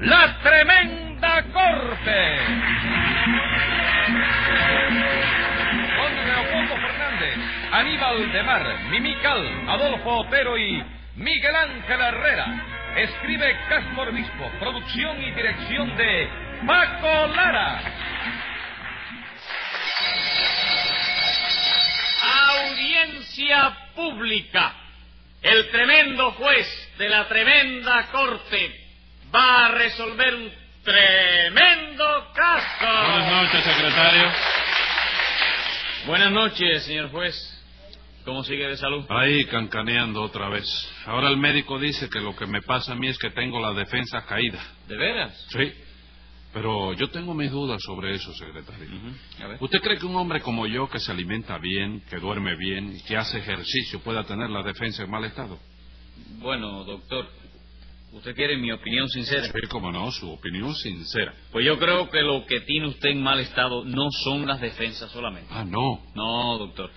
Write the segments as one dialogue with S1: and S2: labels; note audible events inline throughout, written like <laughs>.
S1: La Tremenda Corte. Con Leopoldo Fernández, Aníbal de Mar, Mimical, Adolfo Otero y Miguel Ángel Herrera. Escribe Castro Obispo, producción y dirección de Paco Lara.
S2: Audiencia pública. El tremendo juez de la tremenda corte va a resolver un tremendo caso.
S3: Buenas noches, secretario.
S2: Buenas noches, señor juez. ¿Cómo sigue de salud?
S3: Ahí cancaneando otra vez. Ahora el médico dice que lo que me pasa a mí es que tengo la defensa caída.
S2: ¿De veras?
S3: Sí. Pero yo tengo mis dudas sobre eso, secretario.
S2: A ver.
S3: ¿Usted cree que un hombre como yo, que se alimenta bien, que duerme bien y que hace ejercicio, pueda tener la defensa en mal estado?
S2: Bueno, doctor, usted quiere mi opinión sincera.
S3: Sí, cómo no, su opinión sincera.
S2: Pues yo creo que lo que tiene usted en mal estado no son las defensas solamente.
S3: Ah, no.
S2: No, doctor.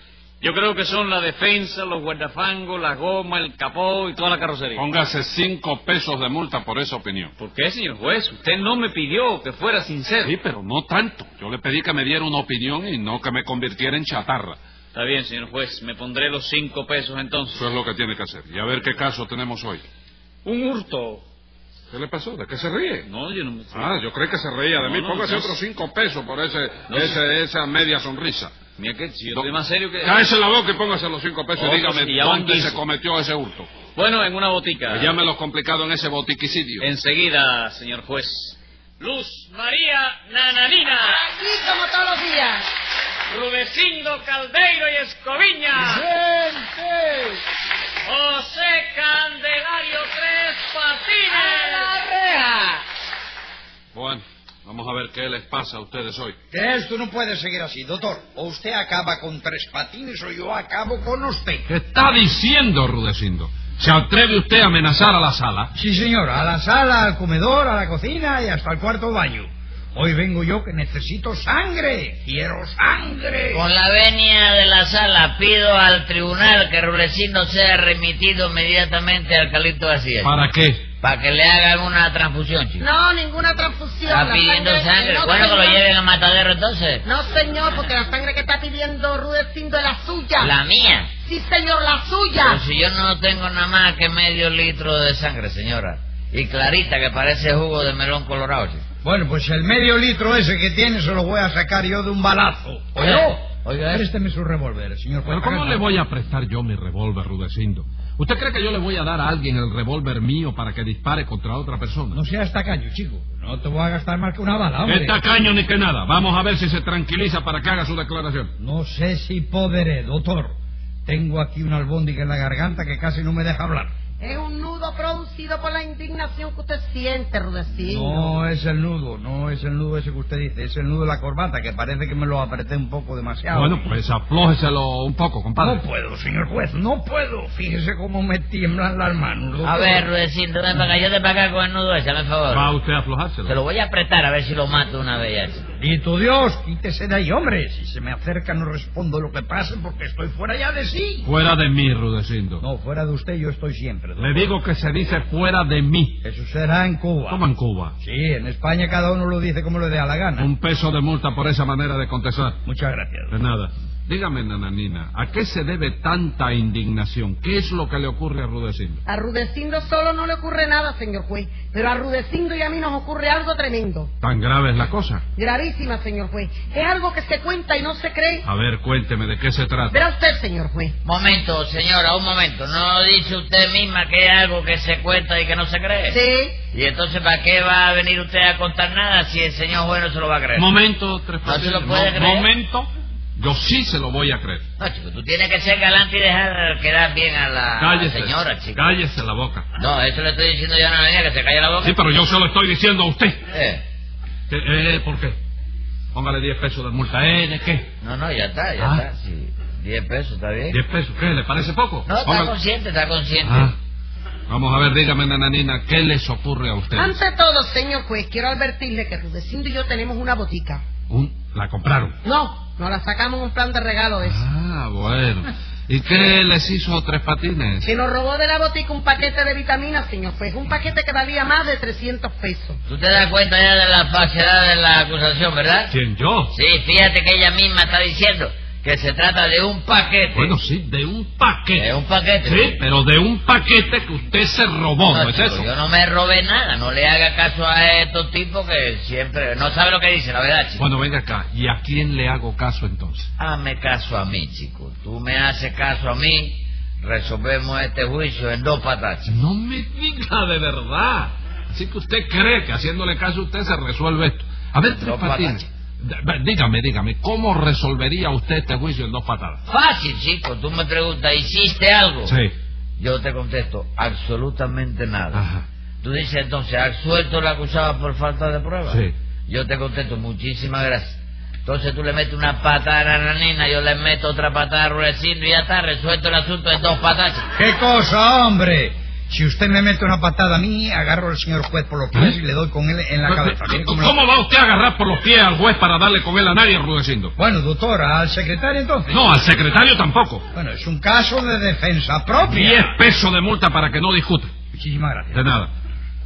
S2: Yo creo que son la defensa, los guardafangos, la goma, el capó y toda la carrocería.
S3: Póngase cinco pesos de multa por esa opinión.
S2: ¿Por qué, señor juez? Usted no me pidió que fuera sincero.
S3: Sí, pero no tanto. Yo le pedí que me diera una opinión y no que me convirtiera en chatarra.
S2: Está bien, señor juez. Me pondré los cinco pesos entonces.
S3: Eso es lo que tiene que hacer. Y a ver qué caso tenemos hoy.
S2: Un hurto.
S3: ¿Qué le pasó? ¿De qué se ríe?
S2: No, yo no me...
S3: Ah, yo creí que se reía de
S2: No,
S3: mí.
S2: no,
S3: Póngase
S2: no.
S3: otros cinco pesos por ese,
S2: No,
S3: ese- esa media sonrisa.
S2: Mira que si yo
S3: Do-
S2: estoy más serio que...
S3: Cállese la boca y póngase los cinco pesos
S2: Otros
S3: y dígame
S2: y ya van
S3: dónde se
S2: quince.
S3: cometió ese hurto.
S2: Bueno, en una
S4: Pues
S2: botica.
S3: Llámelo complicado en ese botiquicidio.
S2: Enseguida, señor juez. Luz María Nananina,
S5: Aquí como todos los días.
S2: Rudecindo Caldeiro y Escoviña,
S5: ¡Gente!
S2: José Candelario Tres
S5: ¡A
S2: Patines.
S5: la reja!
S3: Bueno, vamos a ver qué les pasa a ustedes hoy.
S6: Que esto no puede seguir así, doctor. O usted acaba con tres patines o yo acabo con usted.
S3: ¿Qué está diciendo, Rudecindo? ¿Se atreve usted a amenazar a la sala?
S6: Sí, señor, a la sala, al comedor, a la cocina y hasta el cuarto baño. Hoy vengo yo que necesito sangre. Quiero sangre.
S7: Con la venia de la sala pido al tribunal que Rulecindo sea remitido inmediatamente al Calito García.
S3: ¿Para qué?
S7: Para que le hagan una transfusión, chico.
S5: No, ninguna transfusión.
S7: Está
S5: La
S7: pidiendo sangre.
S5: no,
S7: Bueno, que lo
S5: señor.
S7: lleven al matadero entonces.
S5: No, señor, porque la sangre que está pidiendo Rudecindo es la suya.
S7: La mía.
S5: Sí, señor, la suya.
S7: Pero si yo no tengo nada más que medio litro de sangre, señora. Y clarita, que parece jugo de melón colorado, chico.
S6: Bueno, pues el medio litro ese que tiene se lo voy a sacar yo de un balazo.
S7: Oiga, oiga,
S6: Présteme su revólver, señor.
S4: eh. Pero
S6: juez.
S4: ¿cómo le voy a prestar yo mi revólver, Rudecindo? ¿Usted cree que yo le voy a dar a alguien el revólver mío para que dispare contra otra persona?
S6: No seas tacaño, chico. No te voy a gastar más que una bala,
S4: ¡Qué
S6: hombre.
S4: tacaño ni que nada! Vamos a ver si se tranquiliza para que haga su declaración.
S6: No sé si podré, doctor. Tengo aquí una albóndiga en la garganta que casi no me deja hablar.
S5: Es un nudo producido por la indignación que usted siente, Rudecindo.
S6: No es el nudo, no es el nudo ese que usted dice, es el nudo de la corbata que parece que me lo apreté un poco demasiado.
S4: Bueno, pues aflójeselo un poco, compadre.
S6: no puedo, señor juez, no puedo. Fíjese cómo me tiemblan las manos. doctor.
S7: a ver, Rulecindo, ven para acá. Yo te pagar con el nudo ese, hazme el
S4: Va
S7: favor.
S4: usted a aflojárselo.
S7: Se lo voy a apretar a ver si lo mato una vez ya, chico.
S6: Y tu Dios, quítese de ahí, hombre. Si se me acerca no respondo lo que pase porque estoy fuera ya de sí.
S4: Fuera de mí, Rudecindo.
S6: No, fuera de usted yo estoy siempre. doctor.
S4: Le digo que se dice fuera de mí.
S6: Eso será en Cuba.
S4: Toma en Cuba.
S6: Sí, en España cada uno lo dice como le dé a la gana.
S4: Un peso de multa por esa manera de contestar.
S6: Muchas gracias.
S4: De nada. Dígame, Nananina, ¿a qué se debe tanta indignación? ¿Qué es lo que le ocurre a Rudecindo?
S5: A Rudecindo solo no le ocurre nada, señor juez. Pero a Rudecindo y a mí nos ocurre algo tremendo.
S4: ¿Tan grave es la cosa?
S5: Gravísima, señor juez. Es algo que se cuenta y no se cree.
S4: A ver, cuénteme de qué se trata.
S5: Verá usted, señor juez.
S7: Momento, señora, un momento. ¿No dice usted misma que es algo que se cuenta y que no se cree?
S5: Sí.
S7: ¿Y entonces para qué va a venir usted a contar nada si el señor juez no se lo va a creer?
S4: Momento, Tres
S7: No se lo
S4: Patines,
S7: puede creer.
S4: Momento, yo sí se lo voy a creer.
S7: No, chico, tú tienes que ser galante y dejar quedar bien a la
S4: cállese,
S7: Ah, señora, chico.
S4: cállese la boca.
S7: No, eso le estoy diciendo yo a una niña que se calle la boca.
S4: Sí, pero yo se lo estoy diciendo a usted.
S7: Eh,
S4: Eh, eh, ¿Por qué? Póngale 10 pesos de multa. ¿Eh? ¿De qué?
S7: no, no, ya está, ya
S4: Ah.
S7: está. Sí, diez pesos, ¿está bien?
S4: 10 pesos, ¿qué? ¿Le parece poco?
S7: No, está
S4: Póngale-
S7: consciente, está consciente.
S4: Ah, Vamos a ver, dígame, Nananina, ¿qué les ocurre a usted?
S5: Ante todo, señor juez, quiero advertirle que Rudecindo y yo tenemos una botica.
S4: Un- La compraron.
S7: Pues.
S5: No, nos la sacamos en un plan de regalo de eso.
S4: Ah, bueno.
S3: ¿Y qué les hizo Tres Patines?
S5: Que nos robó de la botica un paquete de vitaminas, señor juez. Un paquete que valía más de 300 pesos.
S7: Tú te das cuenta ya de la falsedad de la acusación, ¿verdad?
S4: ¿Quién, yo?
S7: Sí, fíjate que ella misma está diciendo que se trata de un paquete.
S4: Bueno, sí, de un paquete.
S7: de un paquete.
S4: Sí, pero de un paquete que usted se robó, ¿no,
S7: No,
S4: es
S7: Ah, chico,
S4: eso?
S7: Yo no me robé nada, no le haga caso a estos tipos que siempre no sabe lo que dicen, la verdad, chico.
S4: Bueno, venga acá. ¿Y a quién le hago caso entonces?
S7: Hazme caso a mí, chico. Tú me haces caso a mí, resolvemos este juicio en dos patas. chico.
S4: No me diga de verdad. Así que usted cree que haciéndole caso a usted se resuelve esto. A ver, tres
S7: Dos
S4: patines. D- Dígame, dígame, ¿cómo resolvería usted este juicio en dos patadas?
S7: Fácil, chico. Tú me preguntas, ¿hiciste algo?
S4: Sí.
S7: Yo te contesto, absolutamente nada.
S4: Ajá.
S7: Tú dices entonces, ¿has suelto la acusada por falta de pruebas?
S4: Sí.
S7: Yo te contesto, muchísimas gracias. Entonces tú le metes una patada a la nanina, yo le meto otra patada a Rudecindo y ya está, resuelto el asunto en dos patadas.
S6: ¿Qué cosa, hombre? Si usted me mete una patada a mí, agarro al señor juez por los pies y le doy con él en la cabeza. Mire cómo lo-
S4: ¿Cómo va usted a agarrar por los pies al juez para darle con él a nadie, Rudecindo?
S6: Bueno, doctora, al secretario entonces.
S4: No, al secretario tampoco.
S6: Bueno, es un caso de defensa propia.
S4: Diez pesos de multa para que no discuta.
S6: Muchísimas gracias.
S4: De nada.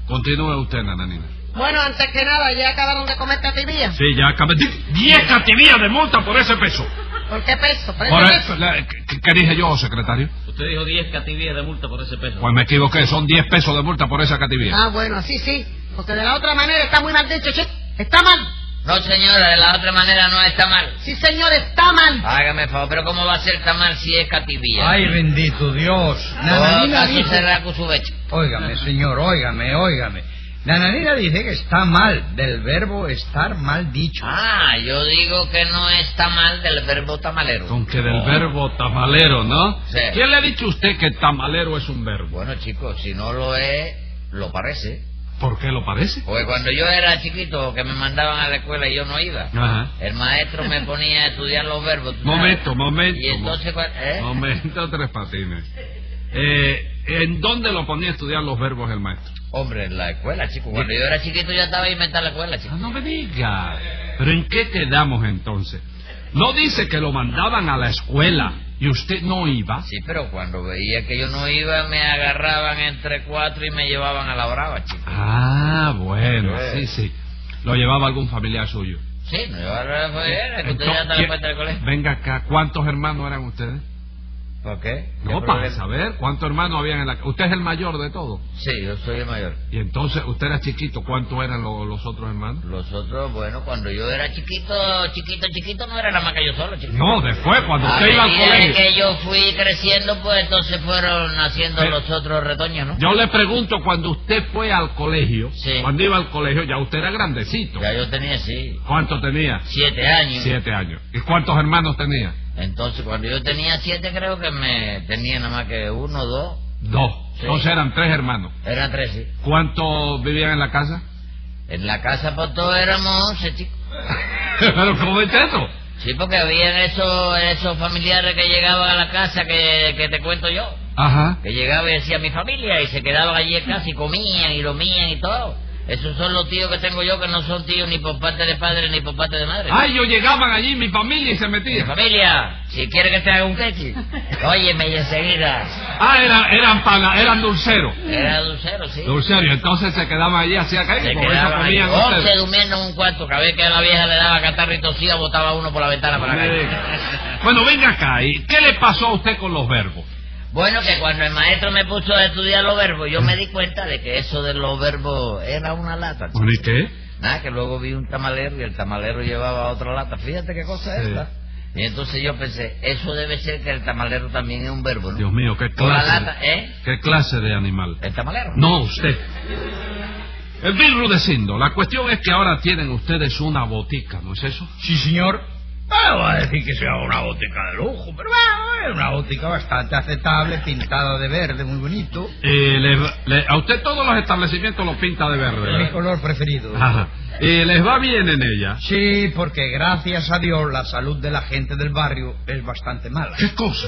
S4: Continúe usted, nananina.
S5: Bueno, antes que nada, ya acabaron de comer cativía.
S4: Sí, ya acabé. Di- Diez cativías de multa por ese peso.
S5: ¿Por qué peso? ¿Por
S4: Por
S5: ese
S4: eso,
S5: peso?
S4: la- ¿qué, qué dije yo, secretario?
S2: Usted dijo 10 cativías de multa por ese peso.
S4: Pues me equivoqué, son diez pesos de multa por esa cativía.
S5: Ah, bueno, así sí. Porque de la otra manera está muy mal dicho, che. Está mal.
S7: No, señora, de la otra manera no está mal.
S5: Sí, señor, está mal.
S7: Hágame el favor, pero ¿cómo va a ser tan mal si es cativía?
S6: Ay, bendito Dios.
S7: Ah,
S6: Nananina
S7: Todo
S6: dice...
S7: cerrar con su becha.
S6: Óigame, señor, óigame, óigame. Nananina dice que está mal, del verbo estar mal dicho.
S7: Ah, yo digo que no está mal del verbo tamalero.
S4: Con que del verbo tamalero, ¿no?
S7: Sí.
S4: ¿Quién le ha dicho a usted que tamalero es un verbo?
S7: Bueno, chicos, si no lo es, lo parece.
S4: ¿Por qué lo parece?
S7: Porque cuando yo era chiquito, que me mandaban a la escuela y yo no iba,
S4: Ajá.
S7: el maestro me ponía a estudiar los verbos. ¿tú sabes?
S4: Momento, momento.
S7: Ah. Y entonces, cua- ¿eh?
S4: Momento, tres patines. Eh, ¿En dónde lo ponía a estudiar los verbos el maestro?
S7: Hombre, en la escuela, chico. Cuando yo era chiquito ya estaba inventar la escuela,
S4: Ah,
S7: chico.
S4: no me diga. ¿Pero en qué quedamos entonces? No dice que lo mandaban a la escuela y usted no iba.
S7: Sí, pero cuando veía que yo no iba, me agarraban entre cuatro y me llevaban a la brava, chico.
S4: Ah, bueno, sí,
S7: Sí.
S4: sí. Lo llevaba algún familiar suyo.
S7: Sí, no llevaba a la brava, pues, era que Eh, usted
S4: Entonces,
S7: ya estaba
S4: ¿quién-
S7: en cuenta del colegio.
S4: Venga acá, ¿cuántos hermanos eran ustedes?
S7: ¿Por qué? ¿Qué
S4: No, para
S7: problema?
S4: saber cuántos hermanos habían en la Usted es el mayor de todos.
S7: Sí, yo soy el mayor.
S4: Y entonces, usted era chiquito, ¿cuántos eran lo- los otros hermanos?
S7: Los otros, bueno, cuando yo era chiquito, chiquito, chiquito, no era nada más que yo solo, chico.
S4: No, después, cuando
S7: A
S4: usted iba al
S7: medida
S4: colegio.
S7: que yo fui creciendo, pues entonces fueron naciendo
S4: Pero-
S7: los otros retoños, ¿no?
S4: Yo le pregunto, cuando usted fue al colegio,
S7: Sí.
S4: cuando iba al colegio, ya usted era grandecito.
S7: Ya yo tenía, sí,
S4: ¿Cuánto tenía?
S7: siete años.
S4: Siete años. ¿Y cuántos hermanos tenía?
S7: Entonces, cuando yo tenía siete, creo que me tenía nada más que uno, dos,
S4: Dos.
S7: Sí.
S4: Entonces eran tres hermanos.
S7: eran tres, sí.
S4: ¿Cuántos vivían en la casa?
S7: En la casa, por todos éramos once, chicos.
S4: <laughs> ¿Pero cómo es eso?
S7: Sí, porque habían esos, esos familiares que llegaban a la casa que, que te cuento yo.
S4: Ajá.
S7: Que llegaba y decía mi familia y se quedaban allí en casa y comían y dormían y todo. Esos son los tíos que tengo yo que no son tíos ni por parte de padre ni por parte de madre.
S4: Ay, yo Ah, llegaban allí, mi familia, y se
S7: Mi
S4: metían.
S7: familia, si quiere que te haga un
S4: <laughs>
S7: quechi, óyeme y enseguida.
S4: Ah, era- eran pana, eran dulceros.
S7: Era dulcero, sí.
S4: Dulceros, y entonces se quedaban allí, hacía caer,
S7: Se
S4: y con eso
S7: quedaban ahí, Oh,
S4: comían
S7: once
S4: ustedes.
S7: durmiendo en un cuarto. Cada vez que a la vieja le daba catarro y tosía, botaba uno por la ventana para acá.
S4: Bueno, venga acá, ¿y qué le pasó a usted con los verbos?
S7: <laughs> Bueno, que cuando el maestro me puso a estudiar los verbos, yo me di cuenta de que eso de los verbos era una lata. chico.
S4: ¿Y qué?
S7: Nada, que luego vi un tamalero y el tamalero llevaba otra lata. Fíjate qué cosa es
S4: Sí.
S7: esta. Y entonces yo pensé, eso debe ser que el tamalero también es un verbo, ¿no?
S4: Dios mío, qué
S7: Por la
S4: clase.
S7: lata, ¿eh?
S4: ¿Qué clase de animal?
S7: ¿El tamalero?
S4: No, usted. En fin, Rudecindo, la cuestión es que ahora tienen ustedes una botica, ¿no es eso?
S6: Sí, señor. Ah, va a decir que sea una botica de lujo, pero bueno, es una botica bastante aceptable, pintada de verde, muy bonito.
S4: Eh, le- le- a usted todos los establecimientos los pinta de verde,
S6: Es mi
S4: ¿verdad?
S6: color preferido.
S4: Ajá. Eh, ¿Les va bien en ella?
S6: Sí, porque gracias a Dios la salud de la gente del barrio es bastante mala.
S4: ¿Qué cosa?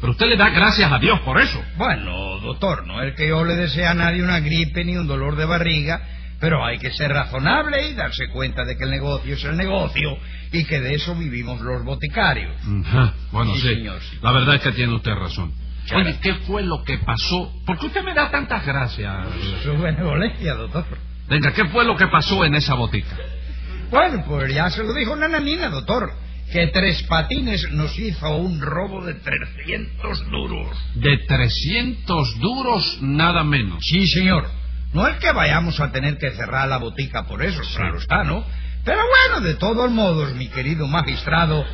S4: Pero usted le da gracias a Dios por eso.
S6: Bueno, doctor, no es que yo le desee a nadie una gripe ni un dolor de barriga, Pero hay que ser razonable y darse cuenta de que el negocio es el negocio y que de eso vivimos los boticarios.
S4: Ajá, Bueno,
S6: Sí,
S4: sí.
S6: señor, sí.
S4: La verdad es que tiene usted razón.
S6: Claro.
S4: Oye, ¿qué fue lo que pasó? ¿Por qué usted me da tantas gracias?
S6: Su benevolencia, doctor.
S4: Venga, ¿qué fue lo que pasó en esa botica?
S6: Bueno, pues ya se lo dijo Nananina, doctor, que Tres Patines nos hizo un robo de 300 duros.
S4: De 300 duros nada menos.
S6: Sí, señor. No es que vayamos a tener que cerrar la botica por eso, claro está, ¿no? Pero bueno, de todos modos, mi querido magistrado,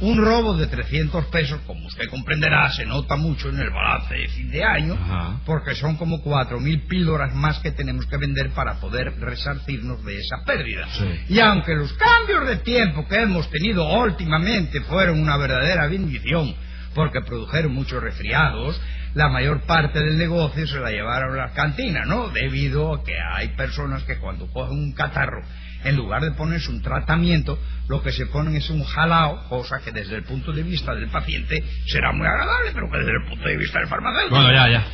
S6: un robo de 300 pesos, como usted comprenderá, se nota mucho en el balance de fin de año,
S4: Ajá.
S6: porque son como 4.000 píldoras más que tenemos que vender para poder resarcirnos de esa pérdida.
S4: Sí.
S6: Y aunque los cambios de tiempo que hemos tenido últimamente fueron una verdadera bendición, porque produjeron muchos resfriados, la mayor parte del negocio se la llevaron las cantinas, ¿no? Debido a que hay personas que cuando cogen un catarro, en lugar de ponerse un tratamiento, lo que se ponen es un jalao, cosa que desde el punto de vista del paciente será muy agradable, pero que desde el punto de vista del farmacéutico...
S4: Bueno, ya, ya.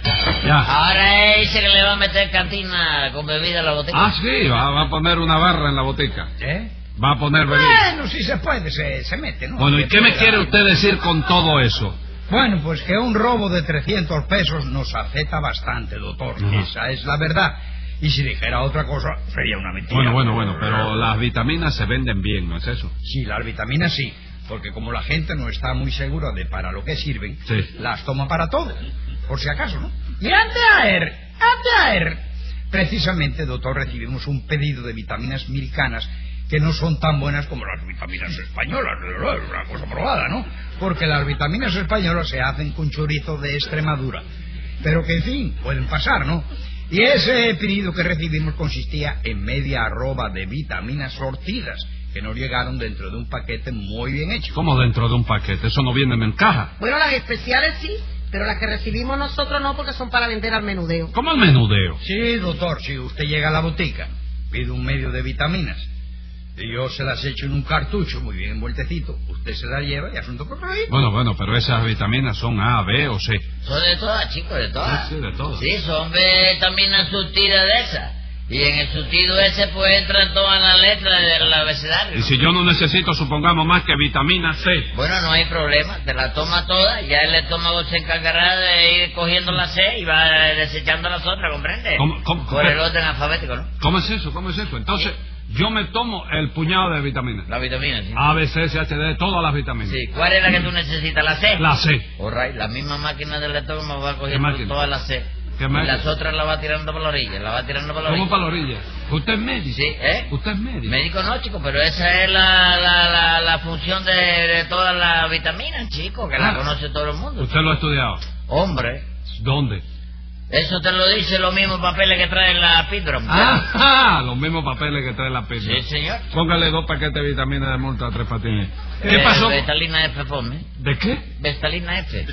S4: Ya.
S6: Ah.
S7: Ahora ese que le va a meter cantina con bebida a la botella.
S4: Ah, sí, va, va a poner una barra en la botica.
S6: ¿Eh?
S4: Va a poner bebida.
S6: Bueno, si se puede, se, se mete, ¿no?
S4: Bueno, ¿y qué me quiere usted decir con todo eso?
S6: Bueno, pues que un robo de 300 pesos nos afecta bastante, doctor.
S4: Ajá.
S6: Esa es la verdad. Y si dijera otra cosa, sería una mentira.
S4: Bueno, bueno, bueno, pero las vitaminas se venden bien, ¿no es eso?
S6: Sí, las vitaminas sí. Porque como la gente no está muy segura de para lo que sirven,
S4: Sí.
S6: las toma para todo. Por si acaso, ¿no? Y anteaer, anteaer. Precisamente, doctor, recibimos un pedido de vitaminas milicanas que no son tan buenas como las vitaminas españolas. Es una cosa probada, ¿no? Porque las vitaminas españolas se hacen con chorizo de Extremadura. Pero que, en fin, pueden pasar, ¿no? Y ese pedido que recibimos consistía en media arroba de vitaminas sortidas que nos llegaron dentro de un paquete muy bien hecho.
S4: ¿Cómo dentro de un paquete? Eso no viene en caja.
S5: Bueno, las especiales sí, pero las que recibimos nosotros no porque son para vender al menudeo.
S4: ¿Cómo el menudeo?
S6: Sí, doctor, si usted llega a la botica, pide un medio de vitaminas. Y yo se las echo en un cartucho, muy bien envueltecito. Usted se las lleva y asunto correcto.
S4: Bueno, bueno, pero esas vitaminas son A, B o C.
S7: Son de todas, chicos, de todas.
S4: Sí, sí, de todas.
S7: Sí, son vitaminas surtidas de esas. Y en el surtido ese pues entran todas las letras del abecedario.
S4: Y si yo no necesito, supongamos, más que vitamina C.
S7: Bueno, no hay problema, te la toma toda, ya el estómago se encargará de ir cogiendo la C y va desechando las otras, ¿comprende?
S4: ¿Cómo- cómo-
S7: Por el orden alfabético, ¿no?
S4: ¿Cómo es eso? ¿Cómo es eso? Entonces, yo me tomo el puñado de vitaminas.
S7: La vitamina, sí.
S4: A, B, C, C, H, D, todas las vitaminas.
S7: Sí, ¿cuál es la que tú necesitas? ¿La C?
S4: La C.
S7: All right, la misma máquina del estómago va
S4: máquina?
S7: cogiendo todas las C.
S4: ¿Qué
S7: Y
S4: máquina?
S7: las otras las va tirando por la orilla, la va tirando por la orilla.
S4: ¿Cómo para la orilla? ¿Usted es médico?
S7: Sí, ¿eh?
S4: ¿Usted es médico?
S7: Médico no, chico, pero esa es la, la, la, la función de, de todas las vitaminas, chico, que
S4: Ah.
S7: la conoce todo el mundo.
S4: ¿Usted lo ha estudiado?
S7: Hombre,
S4: ¿Dónde?
S7: eso te lo dice los mismos papeles que traen la píldora.
S4: Ah.
S7: muchacho.
S4: ¡Ajá! Los mismos papeles que trae la pizza.
S7: Sí, señor.
S4: Póngale dos paquetes de vitamina de multa a tres patines. ¿Qué pasó?
S7: Eh, Vestalina F, ponme.
S4: ¿De qué?
S7: Vestalina F.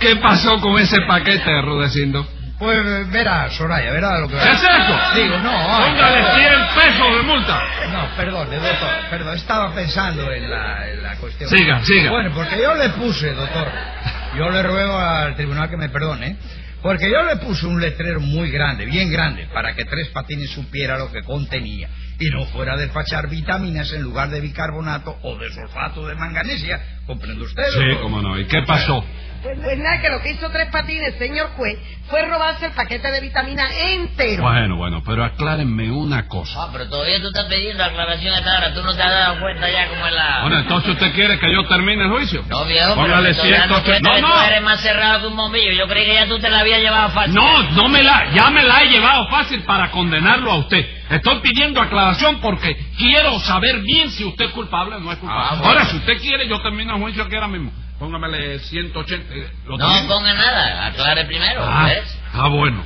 S4: ¿Qué pasó con ese paquete, Rudecindo?
S6: Pues eh, verá, Soraya, verá lo que va
S4: ¿Qué es eso?
S6: Digo, no. ay,
S4: Póngale
S6: no.
S4: 100 pesos de multa.
S6: No, perdone, doctor, perdón, estaba pensando en la, en la cuestión.
S4: Siga, siga.
S6: Bueno, porque yo le puse, doctor, yo le ruego al tribunal que me perdone, porque yo le puse un letrero muy grande, bien grande, para que Tres Patines supiera lo que contenía y no fuera a despachar vitaminas en lugar de bicarbonato o de sulfato de manganesia, ¿comprende usted?
S4: Sí,
S6: doctor?
S4: cómo no. ¿Y qué pasó?
S5: Pues, pues nada, que lo que hizo Tres Patines, señor juez, fue robarse el paquete de vitamina E entero.
S4: Bueno, bueno, pero aclárenme una cosa.
S7: Ah, pero todavía tú estás pidiendo aclaración hasta ahora. Tú no te has dado cuenta ya cómo es la...
S4: Bueno, entonces usted quiere que yo termine el juicio.
S7: no, viejo,
S4: Póngale
S7: pero me estoy dando
S4: 100 pesos.
S7: cuenta
S4: No,
S7: que tú eres
S4: no.
S7: más cerrado que un bombillo. Yo creí que ya tú te la habías llevado fácil.
S4: No, no me la, ya me la he llevado fácil para condenarlo a usted. Estoy pidiendo aclaración porque quiero saber bien si usted es culpable o no es culpable.
S7: Ah, bueno.
S4: Ahora, si usted quiere, yo termino el juicio aquí ahora mismo. Póngamele 180. eh, ¿lo
S7: No
S4: termino?
S7: ponga nada, aclare primero,
S4: ah,
S7: ¿ves?
S4: ah, bueno.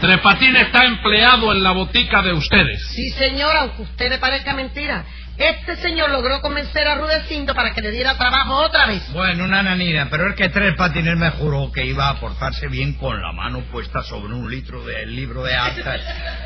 S4: Tres Patines está empleado en la botica de ustedes.
S5: Sí, señor, aunque a usted le parezca mentira, este señor logró convencer a Rudecindo para que le diera trabajo otra vez.
S6: Bueno, nananina, pero es que Tres Patines me juró que iba a portarse bien con la mano puesta sobre un litro del libro de actas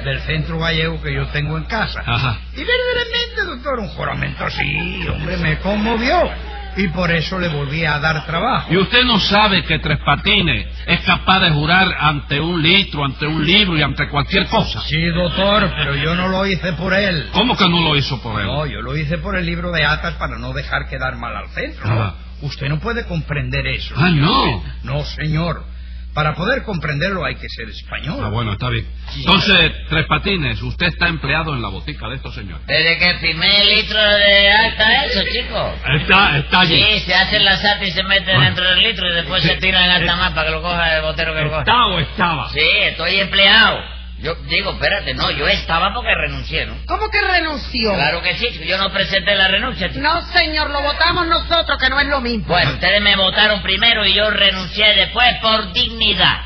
S6: del centro gallego que yo tengo en casa.
S4: Ajá.
S6: Y verdaderamente, doctor, un juramento así, hombre, me conmovió. y por eso le volví a dar trabajo.
S4: Y usted no sabe que Tres Patines es capaz de jurar ante un litro, ante un libro y ante cualquier cosa.
S6: Sí, doctor, pero yo no lo hice por él.
S4: ¿Cómo que no lo hizo por él?
S6: No, yo lo hice por el libro de atas para no dejar quedar mal al centro. ¿no?
S4: Ah.
S6: Usted no puede comprender eso.
S4: Ah, no.
S6: No, señor. Para poder comprenderlo hay que ser español.
S4: Ah, bueno, está bien. Entonces, Tres Patines, usted está empleado en la botica de estos señores.
S7: Desde que el primer litro de alta eso, chico.
S4: Está, está allí.
S7: Sí, se hacen la sata y se mete
S4: Ah.
S7: dentro del litro y después se tiran en alta más para que lo coja el botero que lo coja.
S4: Está o estaba.
S7: Sí, estoy empleado. Yo digo, espérate, no, yo estaba porque renuncié, ¿no?
S5: ¿Cómo que renunció?
S7: Claro que sí, chico, yo no presenté la renuncia, chico.
S5: No, señor, lo votamos nosotros, que no es lo mismo.
S7: Bueno, ustedes me votaron primero y yo renuncié después por dignidad.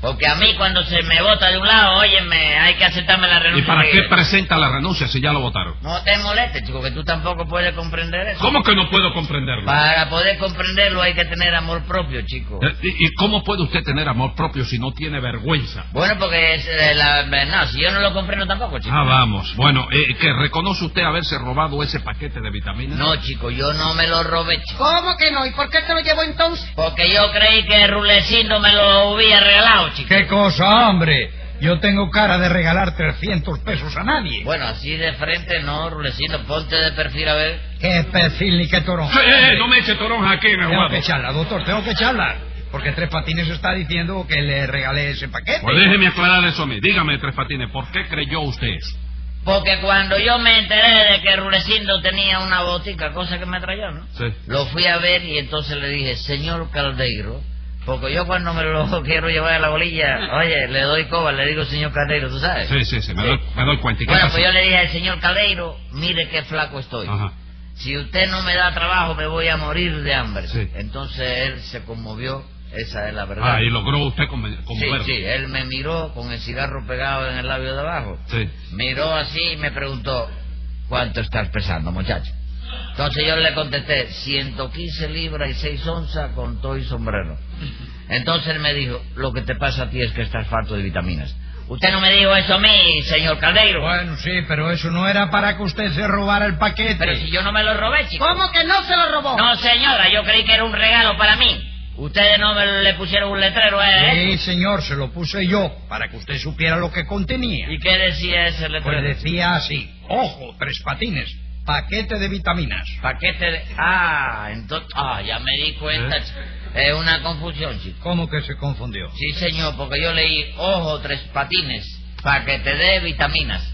S7: Porque a mí cuando se me vota de un lado, óyeme, hay que aceptarme la
S4: ¿Y
S7: renuncia.
S4: para
S7: que-
S4: qué presenta la renuncia si ya lo votaron?
S7: No te molestes, chico, que tú tampoco puedes comprender eso.
S4: ¿Cómo que no puedo comprenderlo?
S7: Para poder comprenderlo hay que tener amor propio, chico.
S4: Eh, ¿Y y cómo puede usted tener amor propio si no tiene vergüenza?
S7: Bueno, porque es, eh, la, no, si yo no lo comprendo tampoco, chico.
S4: Ah, vamos. Bueno, eh, ¿que reconoce usted haberse robado ese paquete de vitaminas?
S7: No, chico, yo no me lo robé, chico.
S5: ¿Cómo que no? ¿Y por qué se lo llevó entonces?
S7: Porque yo creí que Rulecindo me lo había regalado, chico.
S6: ¿Qué cosa, hombre? Yo tengo cara de regalar 300 pesos a nadie.
S7: Bueno, así de frente no, Rulecindo, ponte de perfil a ver.
S6: ¡Qué perfil ni qué
S4: Eh,
S6: toronja!
S4: eh, eh, no me eche toronja aquí, mi
S6: Tengo que
S4: abogado.
S6: echarla, doctor, tengo que echarla. Porque Tres Patines está diciendo que le regalé ese paquete.
S4: Pues déjeme aclarar eso a mí. Dígame, Tres Patines, ¿por qué creyó usted eso?
S7: Porque cuando yo me enteré de que Rulecindo tenía una botica, cosa que me trayó, ¿no?
S4: Sí.
S7: Lo fui a ver y entonces le dije, señor Caldeiro, porque yo cuando me lo <laughs> quiero llevar a la bolilla, oye, le doy coba, le digo señor Caldeiro, ¿tú sabes?
S4: Sí, sí, sí, me, Doy, me doy cuenta. ¿Y qué
S7: Bueno,
S4: pasó?
S7: pues yo le dije al señor Caldeiro, mire qué flaco estoy.
S4: Ajá.
S7: Si usted no me da trabajo, me voy a morir de hambre.
S4: Sí.
S7: Entonces él se conmovió, esa es la verdad.
S4: Ah, y logró usted conven-
S7: Sí,
S4: conmoverlo.
S7: sí, él me miró con el cigarro pegado en el labio de abajo.
S4: Sí.
S7: Miró así y me preguntó, ¿cuánto estás pesando, muchacho? Entonces yo le contesté, 115 libras y 6 onzas con todo y sombrero. Entonces él me dijo, lo que te pasa a ti es que estás farto de vitaminas. Usted no me dijo eso a mí, señor Caldeiro.
S6: Bueno, sí, pero eso no era para que usted se robara el paquete.
S7: Pero si yo no me lo robé, chico.
S5: ¿Cómo que no se lo robó?
S7: No, señora, yo creí que era un regalo para mí. Ustedes no me le pusieron un letrero a él.
S6: Sí, señor, se lo puse yo para que usted supiera lo que contenía.
S7: ¿Y qué decía ese letrero?
S6: Pues decía así, ojo, tres patines, paquete de vitaminas.
S7: Paquete de... Ah, entonces... Ah, ya me di cuenta.
S4: ¿Eh?
S7: chico. Es una confusión, chico.
S6: ¿Cómo que se confundió?
S7: Sí, señor, porque yo leí ojo, tres patines, para que te dé vitaminas.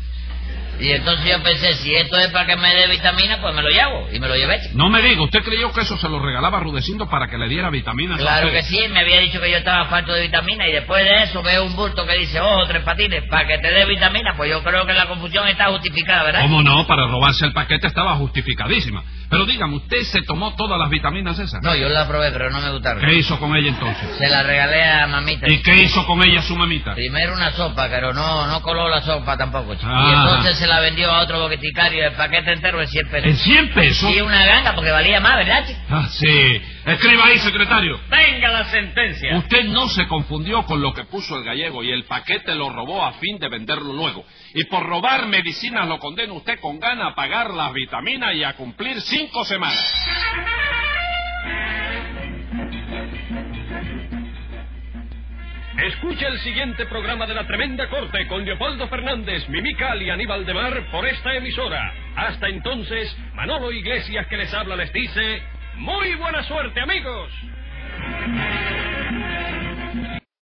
S7: Y entonces yo pensé, si esto es para que me dé vitaminas, pues me lo llevo. Y me lo llevé. chico.
S4: No me diga, ¿usted creyó que eso se lo regalaba Rudecindo para que le diera vitaminas? a
S7: Claro
S4: usted?
S7: que sí, me había dicho que yo estaba falto de vitaminas y después de eso veo un bulto que dice, ojo, tres patines, para que te dé vitaminas. Pues yo creo que la confusión está justificada, ¿verdad?
S4: ¿Cómo no? Para robarse el paquete estaba justificadísima. Pero dígame, ¿usted se tomó todas las vitaminas esas?
S7: No, yo la probé, pero no me gustaron.
S4: ¿Qué hizo con ella entonces?
S7: Se la regalé a mamita.
S4: ¿Y qué hizo con ella su mamita?
S7: Primero una sopa, pero no, no coló la sopa tampoco, chico. Y
S4: Ah.
S7: entonces se la vendió a otro boqueticario, el paquete entero de 100 pesos.
S4: ¿En 100 pesos?
S7: Sí, una ganga, porque valía más, ¿verdad, chico?
S4: Ah, sí. Escriba ahí, secretario.
S7: Venga la sentencia.
S4: Usted no se confundió con lo que puso el gallego y el paquete lo robó a fin de venderlo luego. Y por robar medicinas lo condena usted con gana a pagar las vitaminas y a cumplir cinco semanas.
S1: Escucha el siguiente programa de La Tremenda Corte con Leopoldo Fernández, Mimical y Aníbal de Mar por esta emisora. Hasta entonces, Manolo Iglesias que les habla les dice, ¡Muy buena suerte amigos!